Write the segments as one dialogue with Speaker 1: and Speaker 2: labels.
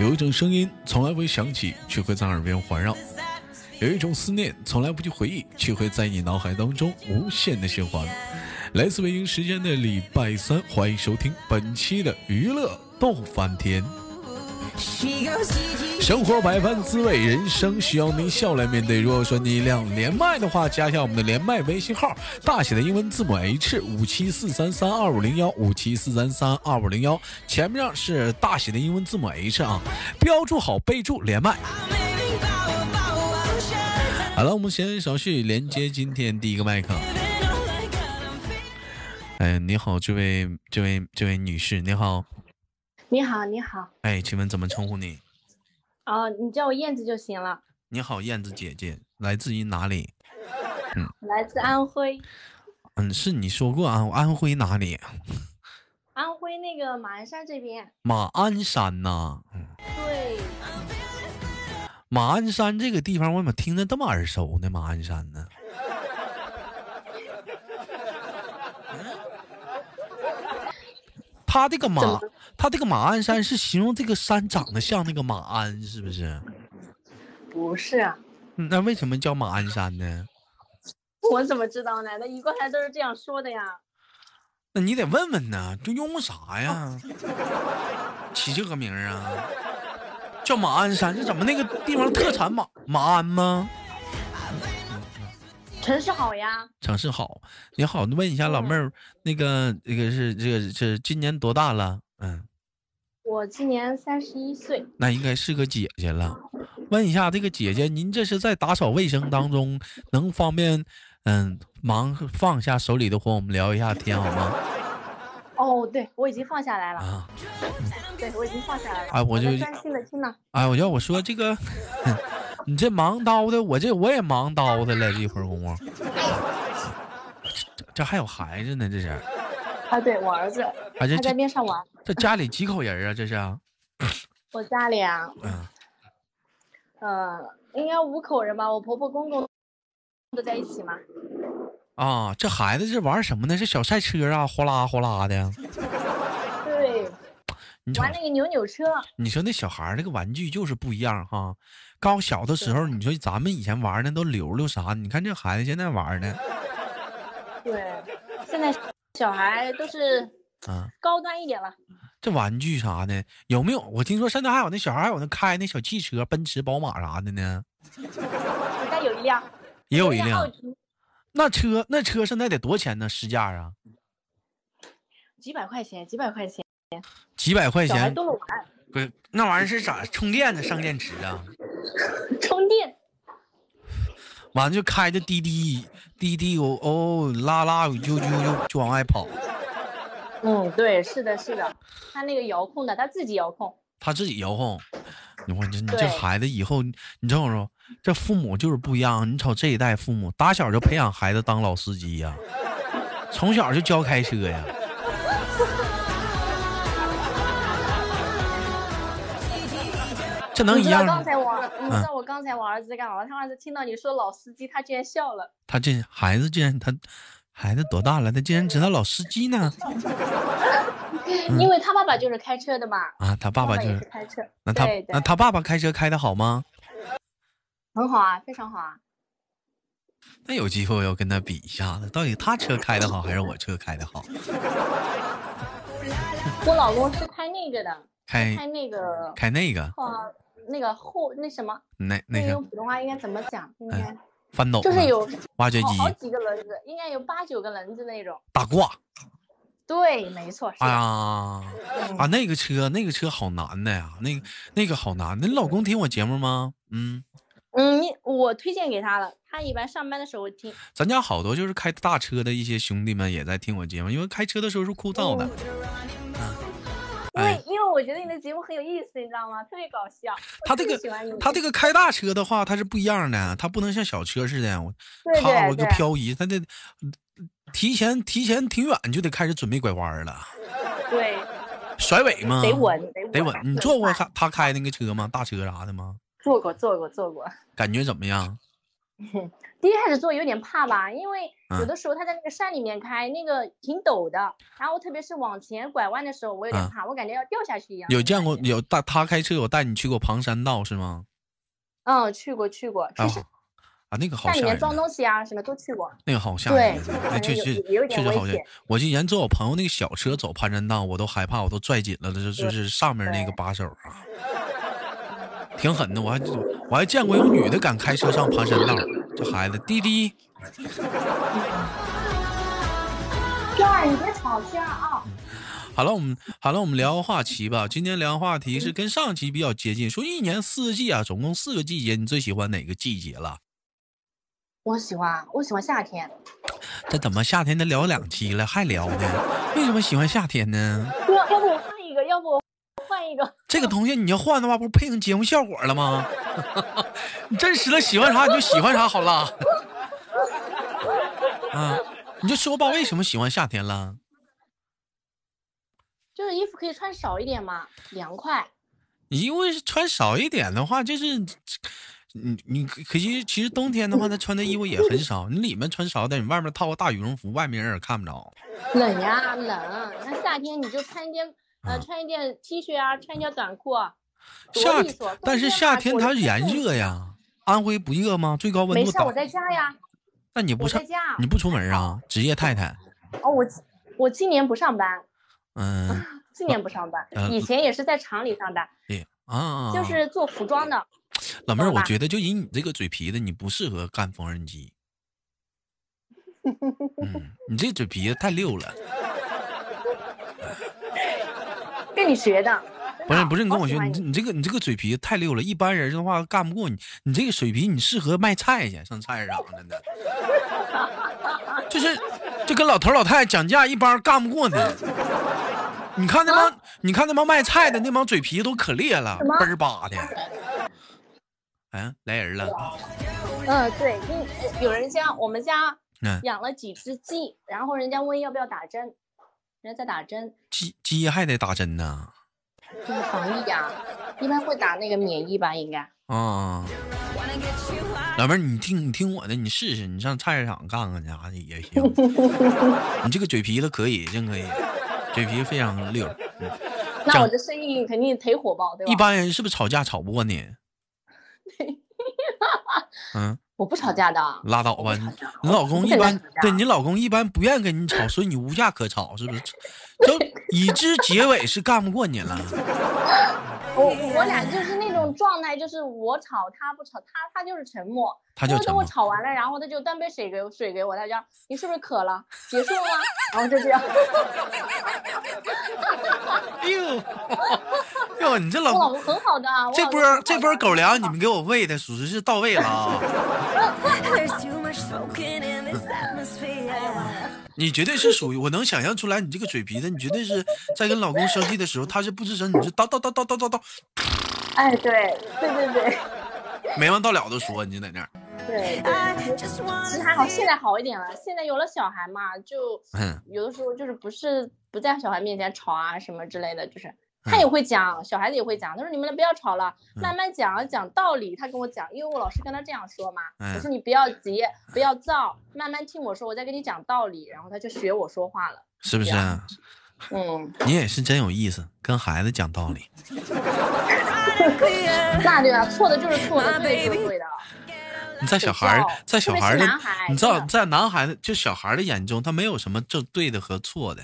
Speaker 1: 有一种声音从来不会响起，却会在耳边环绕；有一种思念从来不去回忆，却会在你脑海当中无限的循环。来自北京时间的礼拜三，欢迎收听本期的娱乐逗翻天。生活百般滋味，人生需要你笑来面对。如果说你想连麦的话，加一下我们的连麦微信号，大写的英文字母 H 五七四三三二五零幺五七四三三二五零幺，前面是大写的英文字母 H 啊，标注好备注连麦。好了，我们闲言少叙，连接今天第一个麦克。哎，你好，这位这位这位女士，你好，
Speaker 2: 你好，你好，
Speaker 1: 哎，请问怎么称呼你？
Speaker 2: 哦，你叫我燕子就行了。
Speaker 1: 你好，燕子姐姐，来自于哪里？
Speaker 2: 来自安徽，
Speaker 1: 嗯，是你说过安安徽哪里？
Speaker 2: 安徽那个马鞍山这边。
Speaker 1: 马鞍山呐、
Speaker 2: 对，
Speaker 1: 马鞍山这个地方我怎么听着这么耳熟呢？马鞍山呢？他这个马，他这个马鞍山是形容这个山长得像那个马鞍，是不是？
Speaker 2: 不是，啊
Speaker 1: 嗯那为什么叫马鞍山呢？
Speaker 2: 我怎么知道呢？那你刚才都是这样说的呀。
Speaker 1: 那你得问问呢，就用啥呀？起这个名儿啊？叫马鞍山是怎么那个地方特产马马鞍吗？
Speaker 2: 陈世好呀，
Speaker 1: 城市好，你好，问一下老妹儿，那个那个是这个是今年多大了？嗯，
Speaker 2: 我今年三十一岁。
Speaker 1: 那应该是个姐姐了。问一下这个姐姐，您这是在打扫卫生当中，能方便嗯忙放下手里的活，我们聊一下天好吗？
Speaker 2: 哦，对，我已经放下来了。
Speaker 1: 啊，
Speaker 2: 对，我已经放下来了。
Speaker 1: 哎我就
Speaker 2: 在专心的听呢。
Speaker 1: 哎，我要我说这个， 你这忙叨的，我这我也忙叨的了，这会儿功夫，这这还有孩子呢，这是，
Speaker 2: 啊，对我儿子
Speaker 1: 啊这
Speaker 2: 他在
Speaker 1: 这
Speaker 2: 边上玩。
Speaker 1: 这家里几口人啊？这是，
Speaker 2: 我家里啊，
Speaker 1: 嗯，
Speaker 2: 呃，应该五口人吧，我婆婆公公都在一起嘛。
Speaker 1: 啊，这孩子这玩什么呢？是小赛车啊，哗啦哗啦的。
Speaker 2: 嗯对，
Speaker 1: 你瞅
Speaker 2: 玩，那个扭扭车。
Speaker 1: 你说那小孩儿那个玩具就是不一样哈。刚小的时候，你说咱们以前玩儿那都溜溜啥？你看这孩子现在玩儿呢，
Speaker 2: 对，现在小孩都是
Speaker 1: 啊，
Speaker 2: 高端一点了。
Speaker 1: 这玩具啥的有没有？我听说现在还有那小孩儿还有那开那小汽车，奔驰、宝马啥的呢，
Speaker 2: 我家有一辆，
Speaker 1: 也有一
Speaker 2: 人家奥
Speaker 1: 辆。
Speaker 2: 迪
Speaker 1: 那车那车现在得多钱呢？市价啊，
Speaker 2: 几百块钱，几百块钱，
Speaker 1: 几百块
Speaker 2: 小孩
Speaker 1: 钱。
Speaker 2: 都能玩。
Speaker 1: 不是那玩意儿是咋充电的？上电池啊？
Speaker 2: 充电，
Speaker 1: 完了就开着滴滴滴滴哦哦拉拉哦啾啾就就往外跑，
Speaker 2: 嗯，对，是的，是的，他那个遥控的，他自己遥控。
Speaker 1: 他自己遥控。你说你这你这
Speaker 2: 对
Speaker 1: 孩子以后，你瞅瞅，这父母就是不一样。你瞅这一代父母，打小就培养孩子当老司机呀、从小就教开车呀。这能
Speaker 2: 你
Speaker 1: 一
Speaker 2: 知道
Speaker 1: 样
Speaker 2: 刚
Speaker 1: 吗？
Speaker 2: 才我，你
Speaker 1: 嗯
Speaker 2: 知道我刚才我儿子干嘛吗？他儿子听到你说老司机，他居然笑了。
Speaker 1: 他这孩子竟然他孩子多大了？他竟然知道老司机呢？
Speaker 2: 因为他爸爸就是开车的嘛，
Speaker 1: 啊，他嗯爸爸
Speaker 2: 爸
Speaker 1: 就
Speaker 2: 也是
Speaker 1: 是
Speaker 2: 开车，
Speaker 1: 那他
Speaker 2: 对对
Speaker 1: 那他爸爸开车开的好吗？
Speaker 2: 很好啊，非常好啊。
Speaker 1: 那有机会我要跟他比一下子，到底他车开的好还是我车开的好？
Speaker 2: 我老公是开那个的，
Speaker 1: 开
Speaker 2: 开那个，
Speaker 1: 哎开那个
Speaker 2: 呃，那个后那什么，
Speaker 1: 那那
Speaker 2: 那
Speaker 1: 个嗯
Speaker 2: 用普通话应该怎么讲？应该
Speaker 1: 翻斗
Speaker 2: 哎就是
Speaker 1: 呢
Speaker 2: 有
Speaker 1: 挖掘机
Speaker 2: 好好几个轮子，应该有八九个轮子那种。
Speaker 1: 大挂
Speaker 2: 对，没错，是的。
Speaker 1: 啊
Speaker 2: 嗯
Speaker 1: 啊那个车那个车好难的呀，那个那个好难的。你老公听我节目吗？嗯，
Speaker 2: 嗯，你我推荐给他了，他一般上班的时候听。
Speaker 1: 咱家好多就是开大车的一些兄弟们也在听我节目，因为开车的时候是枯燥的。
Speaker 2: 嗯
Speaker 1: 啊
Speaker 2: 因
Speaker 1: 哎
Speaker 2: 为因为我觉得你的节目很有意思，你知道吗？特别搞笑。我
Speaker 1: 他
Speaker 2: 特
Speaker 1: 这
Speaker 2: 别
Speaker 1: 个
Speaker 2: 喜欢你，
Speaker 1: 他这个开大车的话，它是不一样的，它不能像小车似的，我
Speaker 2: 对
Speaker 1: 咔我
Speaker 2: 对
Speaker 1: 一个
Speaker 2: 对，
Speaker 1: 漂移，他这提前提前挺远就得开始准备拐弯儿了，
Speaker 2: 对
Speaker 1: 甩尾吗？
Speaker 2: 呃得稳得稳
Speaker 1: 嗯得稳。你
Speaker 2: 对
Speaker 1: 坐过
Speaker 2: 快
Speaker 1: 他他开那个车吗？大车啥的吗？
Speaker 2: 坐过坐过坐过，
Speaker 1: 感觉怎么样？
Speaker 2: 第一开始做有点怕吧，因为
Speaker 1: 嗯
Speaker 2: 有的时候它在那个山里面开，那个挺陡的，然后特别是往前拐弯的时候，我有点
Speaker 1: 嗯
Speaker 2: 怕，我感觉要掉下去一样。
Speaker 1: 有见过有带他开车有带你去过庞山道是吗？
Speaker 2: 嗯，去过去过，
Speaker 1: 啊
Speaker 2: 去山
Speaker 1: 啊，那个好
Speaker 2: 山里
Speaker 1: 吓
Speaker 2: 面
Speaker 1: 人
Speaker 2: 装
Speaker 1: 的，
Speaker 2: 东西啊什么都去过。
Speaker 1: 那个好吓
Speaker 2: 对
Speaker 1: 人，的
Speaker 2: 这个，
Speaker 1: 那
Speaker 2: 好像
Speaker 1: 确
Speaker 2: 有
Speaker 1: 实
Speaker 2: 有一点
Speaker 1: 确实
Speaker 2: 危
Speaker 1: 好吓人
Speaker 2: 险。
Speaker 1: 我以前坐我朋友那个小车走盘山道，我都害怕，我都拽紧了，就就是上面那个把手啊，挺狠的。我还我还见过有女的敢开车上盘山道，这孩子滴滴。
Speaker 2: 第二，你别吵，第二啊，
Speaker 1: 好了，我们好了，我们聊个话题吧。今天聊的话题是跟上期比较接近，说一年四季啊，总共四个季节，你最喜欢哪个季节了？
Speaker 2: 我喜欢我喜欢夏天，
Speaker 1: 这怎么夏天都聊两期了还聊呢？为什么喜欢夏天呢？
Speaker 2: 要要不我换一个，要不我换一个。
Speaker 1: 这个东西你要换的话，不是配上节目效果了吗？ 你真实的喜欢啥你就喜欢啥好了。 啊，你就说吧，为什么喜欢夏天了？
Speaker 2: 就是衣服可以穿少一点嘛，凉快。
Speaker 1: 你因为穿少一点的话，就是你你可惜，其实冬天的话，他穿的衣服也很少，你里面穿少点，你外面套个大羽绒服，外面人也看不着。
Speaker 2: 冷呀、冷，那夏天你就穿一件
Speaker 1: 啊
Speaker 2: 呃穿一件 T 恤啊，穿一件短裤啊，多
Speaker 1: 夏
Speaker 2: 利索冬
Speaker 1: 但是
Speaker 2: 天
Speaker 1: 夏
Speaker 2: 嘛
Speaker 1: 天
Speaker 2: 裹
Speaker 1: 它
Speaker 2: 着
Speaker 1: 炎
Speaker 2: 冻
Speaker 1: 热呀，安徽不热吗？最高温
Speaker 2: 没
Speaker 1: 度
Speaker 2: 事，
Speaker 1: 到
Speaker 2: 我在家呀，
Speaker 1: 那你不
Speaker 2: 我
Speaker 1: 上
Speaker 2: 在家。
Speaker 1: 你不出门啊？职业太太，
Speaker 2: 哦，我今我今年不上班，
Speaker 1: 嗯，
Speaker 2: 今年不上班
Speaker 1: 呃，
Speaker 2: 以前也是在厂里上班，
Speaker 1: 对啊，
Speaker 2: 就是做服装的。
Speaker 1: 老妹儿，
Speaker 2: 懂
Speaker 1: 我
Speaker 2: 吧
Speaker 1: 觉得就以你这个嘴皮子，你不适合干缝纫机。 嗯，你这嘴皮子太溜了，
Speaker 2: 跟你学的，
Speaker 1: 不是不是，你跟我
Speaker 2: 啊好喜
Speaker 1: 说，
Speaker 2: 欢
Speaker 1: 你这你
Speaker 2: 你
Speaker 1: 这个你这个嘴皮子太溜了，一般人的话干不过你，你这个水平你适合卖菜去，上菜市场啊真的，就是就跟老头老太太讲价，一般干不过你。你看那帮、你看那帮卖菜的那帮嘴皮子都可裂了
Speaker 2: 什，么
Speaker 1: 倍儿巴的。哎，来人了，
Speaker 2: 嗯，对，嗯，呃有人家我们家
Speaker 1: 嗯，
Speaker 2: 养了几只鸡，然后人家问要不要打针，人家在打针，
Speaker 1: 鸡鸡还得打针呢。
Speaker 2: 就是防疫呀，一般会打那个免疫吧，应该。
Speaker 1: 啊，
Speaker 2: 嗯
Speaker 1: 老妹儿，你听你听我的，你试试，你上菜市场干干去啥的也 行。你这个嘴皮子可以，真可以，嘴皮子非常溜。
Speaker 2: 啊那
Speaker 1: 长
Speaker 2: 我的生意肯定忒火爆，对吧？
Speaker 1: 一般人是不是吵架吵不过你？嗯，
Speaker 2: 我不吵架的，
Speaker 1: 拉倒吧，
Speaker 2: 我不
Speaker 1: 你
Speaker 2: 吵架
Speaker 1: 你嗯老公
Speaker 2: 不
Speaker 1: 一
Speaker 2: 跟他
Speaker 1: 般
Speaker 2: 吵架
Speaker 1: 对你老公一般不愿跟你吵，所以你无话可吵， 是不是？就已知结尾是干不过你了。
Speaker 2: 我我俩就是那种状态，就是我吵他不吵他，他就是沉默。
Speaker 1: 他就
Speaker 2: 然后
Speaker 1: 沉
Speaker 2: 等
Speaker 1: 默
Speaker 2: 我吵完了，然后他就端杯水给我水给我，他就说你是不是渴了？结束了吗？然后就这样，
Speaker 1: 哎呦，哟，你这老
Speaker 2: 我
Speaker 1: 公
Speaker 2: 老公很好的啊，我
Speaker 1: 这
Speaker 2: 老公
Speaker 1: 波
Speaker 2: 很好的
Speaker 1: 这波狗粮你们给我喂的属实是到位了啊！
Speaker 3: There's too much smoking in this atmosphere.
Speaker 1: 你绝对是属于，我能想象出来你这个嘴皮子，你绝对是在跟老公生气的时候，他是不吱声，你是叨叨叨叨叨叨叨，
Speaker 2: 哎，对对对对
Speaker 1: 没完到了的说，你就在那儿，
Speaker 2: 对对。
Speaker 3: I just
Speaker 2: 其
Speaker 3: wanna
Speaker 2: 实还好，现
Speaker 3: see
Speaker 2: 在好一点了。现在有了小孩嘛，就
Speaker 1: 嗯，
Speaker 2: 有的时候就是不是不在小孩面前吵啊什么之类的，就是他也会讲，小孩子也会讲。他说你们不要吵了，
Speaker 1: 嗯
Speaker 2: 慢慢讲，啊讲道理。他跟我讲，因为我老师跟他这样说嘛，
Speaker 1: 嗯
Speaker 2: 我说你不要急，不要躁，慢慢听我说，我再跟你讲道理。然后他就学我说话 了。
Speaker 1: 是不是啊？
Speaker 2: 嗯，
Speaker 1: 你也是真有意思，跟孩子讲道理。
Speaker 3: clear.
Speaker 2: 那对啊，错的就是错的，对的就是对的。
Speaker 1: 你在小孩儿
Speaker 2: 睡觉，
Speaker 1: 在小孩儿的
Speaker 2: 特别是男孩，
Speaker 1: 你知道，
Speaker 2: 真的
Speaker 1: 在男孩子就小孩儿的眼中，他没有什么正对的和错的。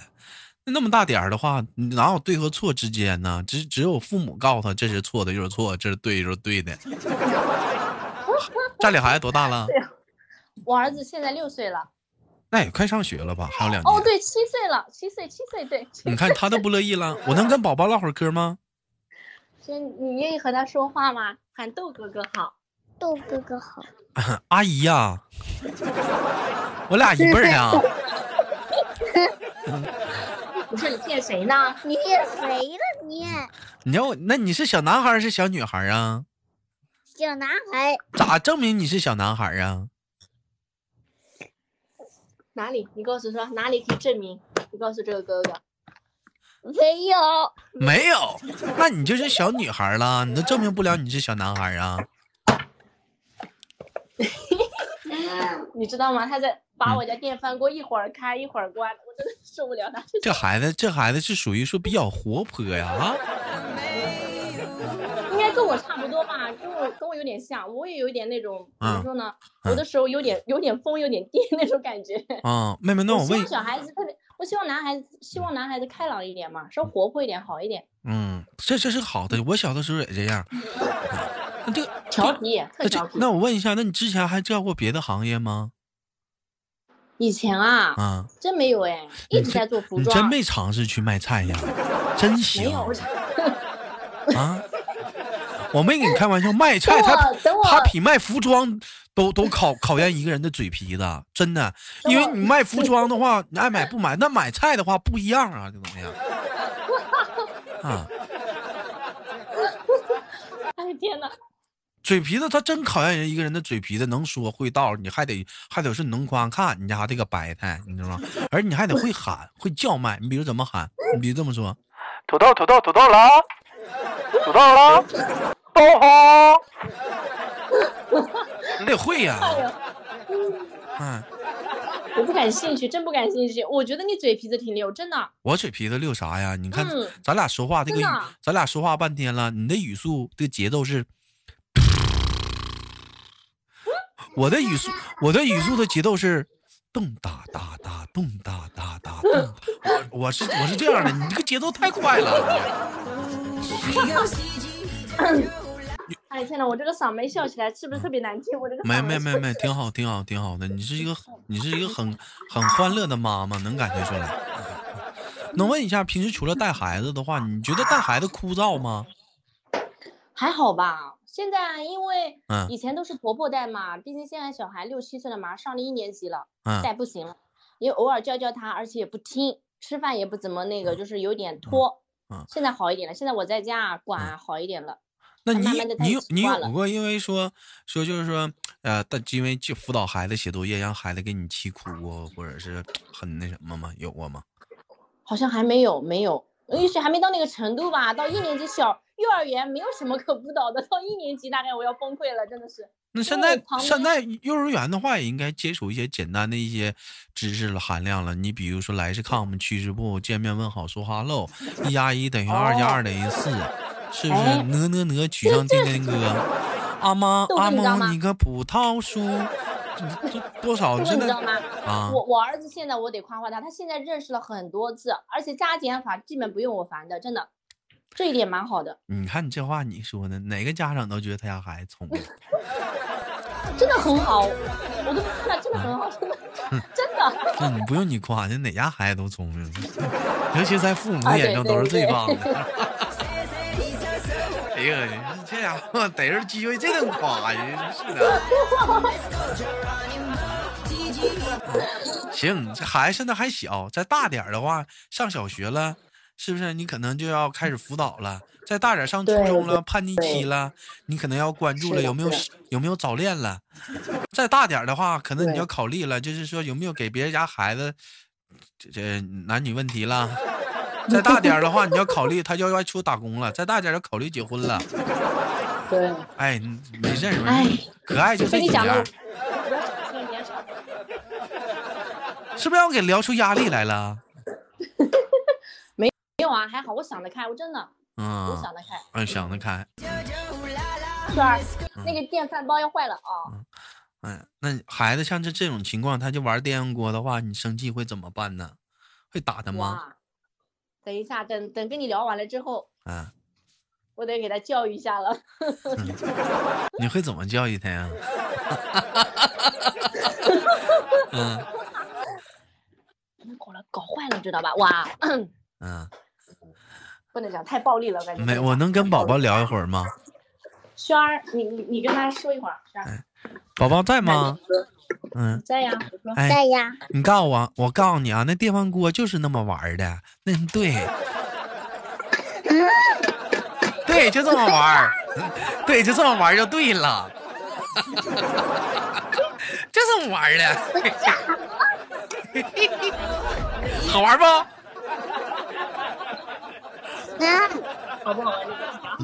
Speaker 1: 那么大点儿的话，哪有对和错之间呢？只只有父母告诉他这是错的，就是错，这是对就是对 的。家里孩子多大了？
Speaker 2: 我儿子现在六岁了，
Speaker 1: 那也快上学了吧？还有两年。
Speaker 2: 哦，对，七岁了，七岁，七岁，对。
Speaker 1: 你看他都不乐意了，我能跟宝宝唠会儿嗑吗？
Speaker 2: 先，你愿意和他说话吗？喊豆哥哥好。
Speaker 4: 豆哥哥好，
Speaker 1: 阿姨呀、我俩一辈儿啊。
Speaker 2: 你说你骗谁呢？
Speaker 4: 你骗谁呢你？
Speaker 1: 你要我那你是小男孩儿是小女孩儿啊？
Speaker 4: 小男孩，
Speaker 1: 咋证明你是小男孩儿啊？
Speaker 2: 哪里？你告诉说哪里可以证明？你告诉这个哥哥。
Speaker 4: 没有，
Speaker 1: 没有，那你就是小女孩儿了，你都证明不了你是小男孩儿啊。
Speaker 2: 你知道吗？他在把我家电饭锅一会儿开一会儿关，我真的受不了他。
Speaker 1: 这孩子，这孩子是属于说比较活泼呀啊，
Speaker 2: 应该跟我差不多吧，跟我跟我有点像，我也有点那种怎
Speaker 1: 嗯
Speaker 2: 么说呢？
Speaker 1: 嗯
Speaker 2: 有的时候有点有点疯，有点癫那种感觉。
Speaker 1: 啊，妹妹，那
Speaker 2: 我
Speaker 1: 我
Speaker 2: 希
Speaker 1: 问
Speaker 2: 望，小孩子特别，我希望男孩子，希望男孩子开朗一点嘛，稍活泼一点好一点，
Speaker 1: 嗯，这这是好的，我小的时候也这样。那这
Speaker 2: 嗯调皮特
Speaker 1: 那
Speaker 2: 调
Speaker 1: 这
Speaker 2: 皮。
Speaker 1: 那我问一下，那你之前还干过别的行业吗？
Speaker 2: 以前啊，
Speaker 1: 啊，
Speaker 2: 真没有哎，一直在做服
Speaker 1: 你真
Speaker 2: 装，啊
Speaker 1: 没尝试去卖菜呀？真行
Speaker 2: 没有。我
Speaker 1: 啊！我没跟你开玩笑，卖菜
Speaker 2: 等
Speaker 1: 他
Speaker 2: 我等我
Speaker 1: 他比卖服装都都考考验一个人的嘴皮子，真的。
Speaker 2: 等
Speaker 1: 因为
Speaker 2: 我
Speaker 1: 你卖服装的 话，你爱买不买；那买菜的话不一样啊，这东西。啊，
Speaker 2: 哎天哪，
Speaker 1: 嘴皮子他真考验人一个人的嘴皮子，能说会道，你还得还得是能观看你家这个白菜，你知道吗？而你还得会喊，会叫卖。你比如怎么喊？你比如这么说。
Speaker 5: 土豆土豆土豆了啊，土豆了 啊，豆花。
Speaker 1: 你得会呀、
Speaker 2: 哎呦，
Speaker 1: 嗯，
Speaker 2: 我不感兴趣，真不感兴趣。我觉得你嘴皮子挺溜，真的。
Speaker 1: 我嘴皮子溜啥呀？你看、
Speaker 2: 嗯
Speaker 1: 咱俩说话这个语
Speaker 2: 真的，啊嗯
Speaker 1: 咱俩说话半天了，你的语速这个节奏是，我的语速，
Speaker 2: 啊
Speaker 1: 我的语速的节奏是。咚哒哒哒，咚哒哒哒，咚
Speaker 2: 嗯
Speaker 1: 哒。我我是我是这样的，你这个节奏太快了。
Speaker 2: 哎天哪，我这个嗓门笑起来是不是特别难听？我这个
Speaker 1: 没
Speaker 2: 嗓
Speaker 1: 没
Speaker 2: 门
Speaker 1: 没没，挺好挺好挺好的。你是一个你是一个很很欢乐的妈妈，能感觉出来。能问一下，平时除了带孩子的话，你觉得带孩子枯燥吗？
Speaker 2: 还好吧。现在因为
Speaker 1: 嗯
Speaker 2: 以前都是婆婆带嘛，毕竟现在小孩六七岁了嘛，上了一年级了，
Speaker 1: 嗯，
Speaker 2: 带不行了，也偶尔教教他，而且也不听，吃饭也不怎么那个，就是有点拖。
Speaker 1: 嗯
Speaker 2: 现在好一点了，现在我在家啊管好一点了。
Speaker 1: 那
Speaker 2: 他
Speaker 1: 你
Speaker 2: 慢慢地带
Speaker 1: 你有
Speaker 2: 习
Speaker 1: 你
Speaker 2: 惯
Speaker 1: 有
Speaker 2: 了
Speaker 1: 过因为说说就是说呃，但因为就辅导孩子写作业，让孩子给你气哭过，或者是很那什么吗？有过吗？
Speaker 2: 好像还没有，没有，呃也许还没到那个程度吧。到一年级小幼儿园没有什么可辅导的，到一年级大概我要崩溃了，真的是。
Speaker 1: 那现
Speaker 2: 我
Speaker 1: 在
Speaker 2: 旁
Speaker 1: 现在幼儿园的话，也应该接触一些简单的一些知识了含量了。你比如说来是抗，我们去是不，见面问好说 hello，一加一
Speaker 2: 哦
Speaker 1: 等于二加二等于四，是不是？
Speaker 2: 哎
Speaker 1: 呢呢呢，曲项天天歌，阿妈
Speaker 2: 豆哥
Speaker 1: 阿
Speaker 2: 你知道
Speaker 1: 蒙
Speaker 2: 吗
Speaker 1: 你个葡萄树，这这多少
Speaker 2: 豆哥
Speaker 1: 哦真
Speaker 2: 你知
Speaker 1: 的
Speaker 2: 道吗？
Speaker 1: 啊？
Speaker 2: 我我儿子现在我得夸夸他，他现在认识了很多字，而且加减法基本不用我烦的，真的，这一点蛮好的，
Speaker 1: 你看你这话你说的，哪个家长都觉得他家孩子聪明。
Speaker 2: 真的很好，我都看了，真的很好， 真的真的。
Speaker 1: 那嗯你不用你夸，人哪家孩子都聪明， 尤其在父母
Speaker 2: 啊
Speaker 1: 眼
Speaker 2: 对
Speaker 1: 中
Speaker 2: 对
Speaker 1: 都是最
Speaker 2: 对
Speaker 1: 棒 的。 哎呀，这家伙 逮着机会这能夸呀，是的。行，这孩子现在还小，再大点儿的话，上小学了，是不是？你可能就要开始辅导了。再大点儿上初
Speaker 2: 对
Speaker 1: 中
Speaker 2: 对
Speaker 1: 了，叛逆期了，你可能要关注
Speaker 2: 是
Speaker 1: 了，
Speaker 2: 的
Speaker 1: 有没有
Speaker 2: 是
Speaker 1: 有没有早恋了？再大点儿的话，可能你
Speaker 2: 对
Speaker 1: 要考虑了，就是说有没有给别人家孩子这这男女问题 了。再大点儿的话，你要考虑他要外出打工了；再大点儿要考虑结婚了。
Speaker 2: 对，
Speaker 1: 哎，你没事儿，
Speaker 2: 哎，
Speaker 1: 可爱就这
Speaker 2: 跟
Speaker 1: 几
Speaker 2: 你讲
Speaker 1: 样
Speaker 2: 的
Speaker 1: 儿，
Speaker 2: 我不要吵，千万别吵。
Speaker 1: 是不是让我给聊出压力来了？
Speaker 2: 没有啊，还好，我想得开，我真的，我
Speaker 1: 嗯，
Speaker 2: 想得开。
Speaker 1: 嗯，想得开。
Speaker 2: 圈儿，那个电饭煲要坏了啊！
Speaker 1: 嗯，那你孩子像这这种情况，他就玩电饭锅的话，你生气会怎么办呢？会打他嗯吗？
Speaker 2: 哇，等一下，等等跟你聊完了之后，
Speaker 1: 嗯，
Speaker 2: 我得给他教育一下了。
Speaker 1: 你会怎么教育他呀？ 嗯
Speaker 2: 搞了，搞坏了，知道吧？哇，
Speaker 1: 嗯，
Speaker 2: 不能讲太暴力了，感觉。
Speaker 1: 没，我能跟宝宝聊一会儿吗？
Speaker 2: 轩儿，你你你跟他说一会儿，轩儿
Speaker 1: 宝宝在吗？嗯，
Speaker 2: 在呀，我说
Speaker 1: 哎，
Speaker 4: 在呀，
Speaker 1: 你告诉我，我告诉你啊，那电饭锅就是那么玩儿的，那对，对，就这么玩儿，对，就这么玩儿就对了，就这么玩儿的，好玩儿不？
Speaker 4: 嗯，
Speaker 2: 好不好玩？你告诉他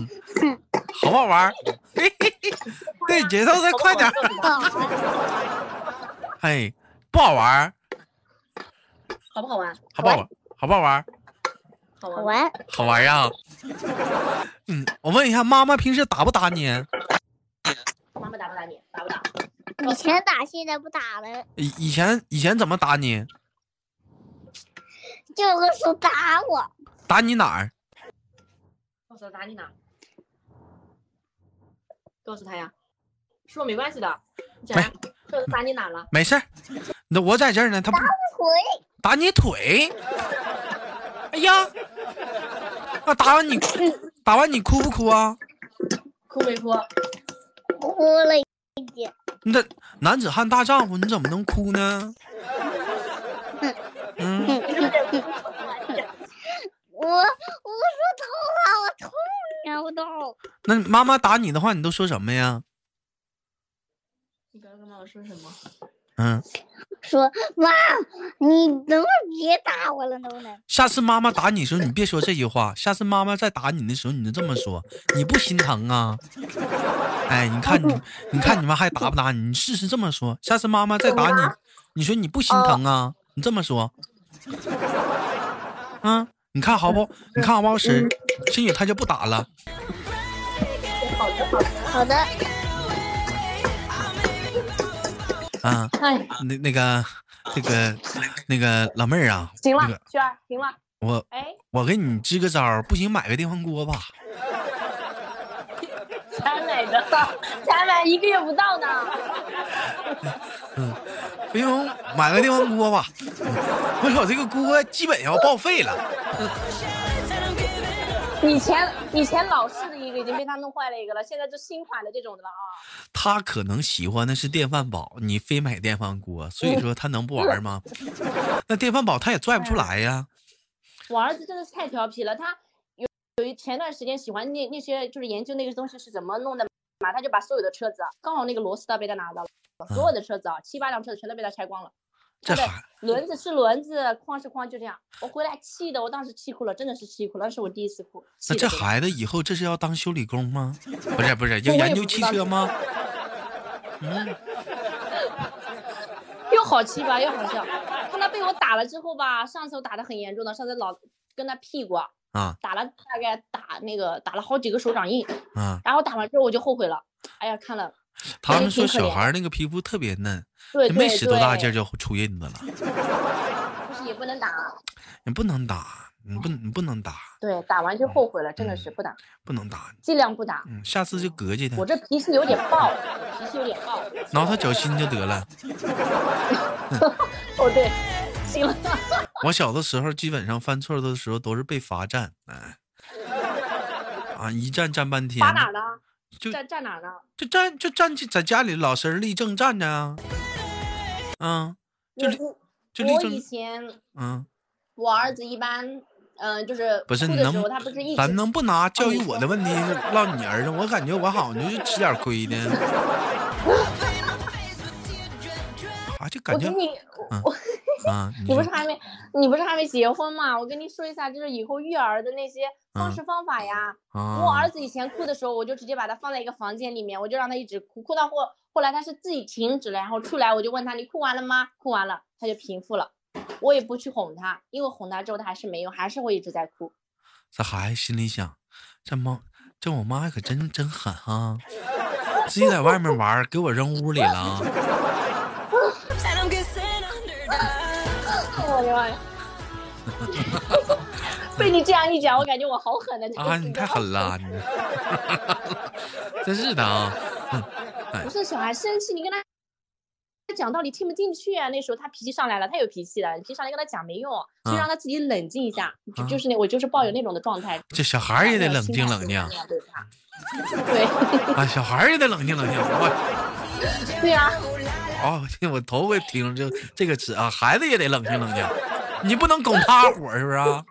Speaker 1: 好不好玩儿？对，节奏再快点儿，
Speaker 4: 好玩，
Speaker 1: 哎，不好玩儿，
Speaker 2: 好不好玩？
Speaker 1: 好不好玩儿？好不好玩儿？
Speaker 2: 好
Speaker 4: 好
Speaker 2: 玩。
Speaker 4: 玩，
Speaker 1: 好玩儿啊！嗯，我问一下，妈妈平时打不打你？
Speaker 2: 妈妈打不打你？打不打？
Speaker 4: 以前打，现在不打了，
Speaker 1: 以以前以前怎么打你？
Speaker 4: 就是说打我，
Speaker 1: 打你哪儿？
Speaker 2: 告诉他打你哪？告诉他呀，说没关系的。你讲呀，告诉他打你哪了？
Speaker 1: 没事儿，那我在这儿呢。他不
Speaker 4: 腿
Speaker 1: 打你腿。哎呀，那打完你，打完你哭不哭啊？
Speaker 2: 哭没哭？
Speaker 4: 哭了，
Speaker 1: 你这男子汉大丈夫，你怎么能哭呢？嗯，
Speaker 4: 我我说痛啊，我痛啊，我痛，
Speaker 1: 那妈妈打你的话，你都说什么呀？
Speaker 2: 你刚刚跟妈妈说什么？
Speaker 1: 嗯，
Speaker 4: 说妈，你能不能别打我了，能不能？
Speaker 1: 下次妈妈打你的时候，你别说这句话。 下次妈妈再打你的时候，你就这么说，你不心疼啊？哎，你看你，你看你妈还打不打你？你试试这么说，下次妈妈再打你，你说你不心疼啊？你这么说， 嗯，你看好不？你看好不好使？兴许他就不打了。
Speaker 4: 好的，
Speaker 1: 啊，
Speaker 2: 哎，
Speaker 1: 那那个，这个，那个老妹儿啊，
Speaker 2: 行
Speaker 1: 那
Speaker 2: 了
Speaker 1: 个，
Speaker 2: 娟儿，行了，
Speaker 1: 我
Speaker 2: 哎，
Speaker 1: 我给你支个招儿，不行买个电饭锅吧。
Speaker 2: 才买的，才买一个月不到呢。
Speaker 1: 不行，哎买个电饭锅吧。我瞅这个锅基本要报废了。
Speaker 2: 以前以前老式的一个已经被他弄坏了一个了，现在就新款的这种的了啊。
Speaker 1: 他可能喜欢的是电饭煲，你非买电饭锅，所以说他能不玩吗？ 那电饭煲他也拽不出来呀。
Speaker 2: 我儿子真的是太调皮了，他有有一前段时间喜欢那那些就是研究那个东西是怎么弄的嘛，他就把所有的车子啊，刚好那个螺丝刀被他拿到了，所有的车子啊，七八辆车子全都被他拆光了。
Speaker 1: 嗯这
Speaker 2: 他的
Speaker 1: 孩
Speaker 2: 轮子是轮子，框是框，就这样。我回来气的，我当时气哭了，真的是气哭了，那是我第一次哭。
Speaker 1: 那
Speaker 2: 气
Speaker 1: 这
Speaker 2: 的真的
Speaker 1: 孩子以后这是要当修理工吗？不是不是，要
Speaker 2: 我也
Speaker 1: 研究
Speaker 2: 不知
Speaker 1: 汽
Speaker 2: 道
Speaker 1: 车吗？嗯，
Speaker 2: 又好气吧，又好笑。看他被我打了之后吧，上次我打的很严重的，上次老跟他屁股啊
Speaker 1: 啊
Speaker 2: 打了大概打那个打了好几个手掌印，
Speaker 1: 啊，
Speaker 2: 然后打完之后我就后悔了。哎呀，看了，
Speaker 1: 他们说
Speaker 2: 挺可
Speaker 1: 小
Speaker 2: 怜
Speaker 1: 孩儿那个皮肤特别嫩，
Speaker 2: 对对
Speaker 1: 没使多大
Speaker 2: 对
Speaker 1: 劲儿就出印子了。
Speaker 2: 就是也不能打，
Speaker 1: 你不能打，你不你不能打，
Speaker 2: 对，打完
Speaker 1: 嗯
Speaker 2: 就后悔了，真的是不打，
Speaker 1: 不能打。
Speaker 2: 尽量不打。
Speaker 1: 嗯，下次就隔绝他
Speaker 2: 我，这脾气有点暴，我脾气有点暴。
Speaker 1: 挠他脚心就得了。
Speaker 2: 哦，对，行了，
Speaker 1: 我小的时候基本上犯错的时候都是被罚站，哎，啊，一站站半天
Speaker 2: 打，哪儿呢？
Speaker 1: 就
Speaker 2: 站站哪儿呢？
Speaker 1: 就站就站起在家里老实立正站着啊，嗯，就立
Speaker 2: 我
Speaker 1: 就
Speaker 2: 我
Speaker 1: 立
Speaker 2: 以
Speaker 1: 正，
Speaker 2: 前
Speaker 1: 嗯，
Speaker 2: 我儿子一般，嗯、就是
Speaker 1: 不是
Speaker 2: 哭
Speaker 1: 你
Speaker 2: 的
Speaker 1: 能
Speaker 2: 时候，他不是一直
Speaker 1: 咱能不拿教育我的问题唠你儿子？我感觉我好像就吃点亏呢，啊，就
Speaker 2: 我
Speaker 1: 感觉
Speaker 2: 跟你，
Speaker 1: 啊，你
Speaker 2: 你不
Speaker 1: 说
Speaker 2: 是还没，你不是还没结婚吗？我跟你说一下，就是以后育儿的那些
Speaker 1: 嗯
Speaker 2: 方式方法呀。我
Speaker 1: 啊
Speaker 2: 儿，子以前哭的时候，我就直接把他放在一个房间里面，我就让他一直哭，哭到后后来他是自己停止了，然后出来我就问他你哭完了吗？哭完了，他就平复了。我也不去哄他，因为哄他之后他还是没用，还是会一直在哭。
Speaker 1: 这孩子心里想，这妈这我妈可真真狠啊，自己在外面玩儿，给我扔屋里了啊。
Speaker 3: I don't get sent under.
Speaker 2: 我 的妈呀！哎被你这样一讲，我感觉我好狠的这
Speaker 1: 啊，
Speaker 2: 个
Speaker 1: 你
Speaker 2: 时
Speaker 1: 太
Speaker 2: 刻。
Speaker 1: 狠了，你这，真是的啊！
Speaker 2: 不是小孩生气，你跟他讲道理听不进去啊。那时候他脾气上来了，他有脾气的，你平常你跟他讲没用，就
Speaker 1: 啊
Speaker 2: 让他自己冷静一下。就
Speaker 1: 啊
Speaker 2: 就是那我就是抱有那种的状态，
Speaker 1: 这小孩儿也得冷静冷静
Speaker 2: 这样对吧 对
Speaker 1: 啊，小孩儿也得冷静冷静。我
Speaker 2: 对呀、
Speaker 1: 哦，我头回听这这个词啊，孩子也得冷静冷静，你不能拱他火是不是啊？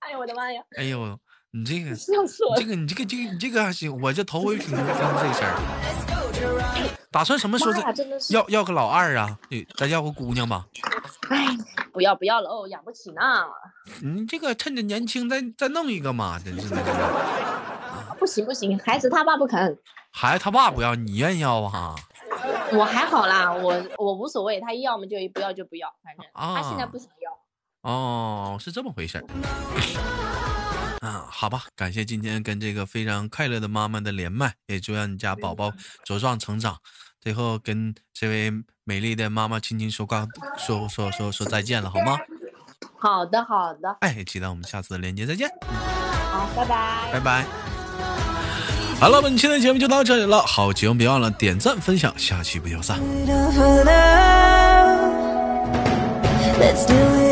Speaker 2: 哎呦我的妈呀，
Speaker 1: 哎呦，你这个，你
Speaker 2: 笑死我
Speaker 1: 这
Speaker 2: 了！
Speaker 1: 个，你这个，这个，你这个还行，我这头回听听这事儿。打算什么时候
Speaker 2: 妈呀，
Speaker 1: 再
Speaker 2: 真的是，
Speaker 1: 要要个老二啊？对咱要个姑娘吧？
Speaker 2: 哎，不要不要了哦，养不起呢。
Speaker 1: 你这个趁着年轻再再弄一个嘛，真是的。
Speaker 2: 不行不行，孩子他爸不肯，
Speaker 1: 孩子他爸不要，你愿意要啊？
Speaker 2: 我还好啦，我我无所谓，他要么就不要就不要，反正他现在
Speaker 1: 啊
Speaker 2: 不想要。
Speaker 1: 哦，是这么回事儿。 啊，好吧，感谢今天跟这个非常快乐的妈妈的连麦，也祝愿你家宝宝茁壮成长。最后跟这位美丽的妈妈轻轻说告说说说说再见了，好吗？
Speaker 2: 好的，好的，
Speaker 1: 哎，期待我们下次的连接再见。
Speaker 2: 好，拜拜。
Speaker 1: 拜拜。好了，本期的节目就到这里了。好节目别忘了点赞分享，下期不见不散。
Speaker 3: Let's do it.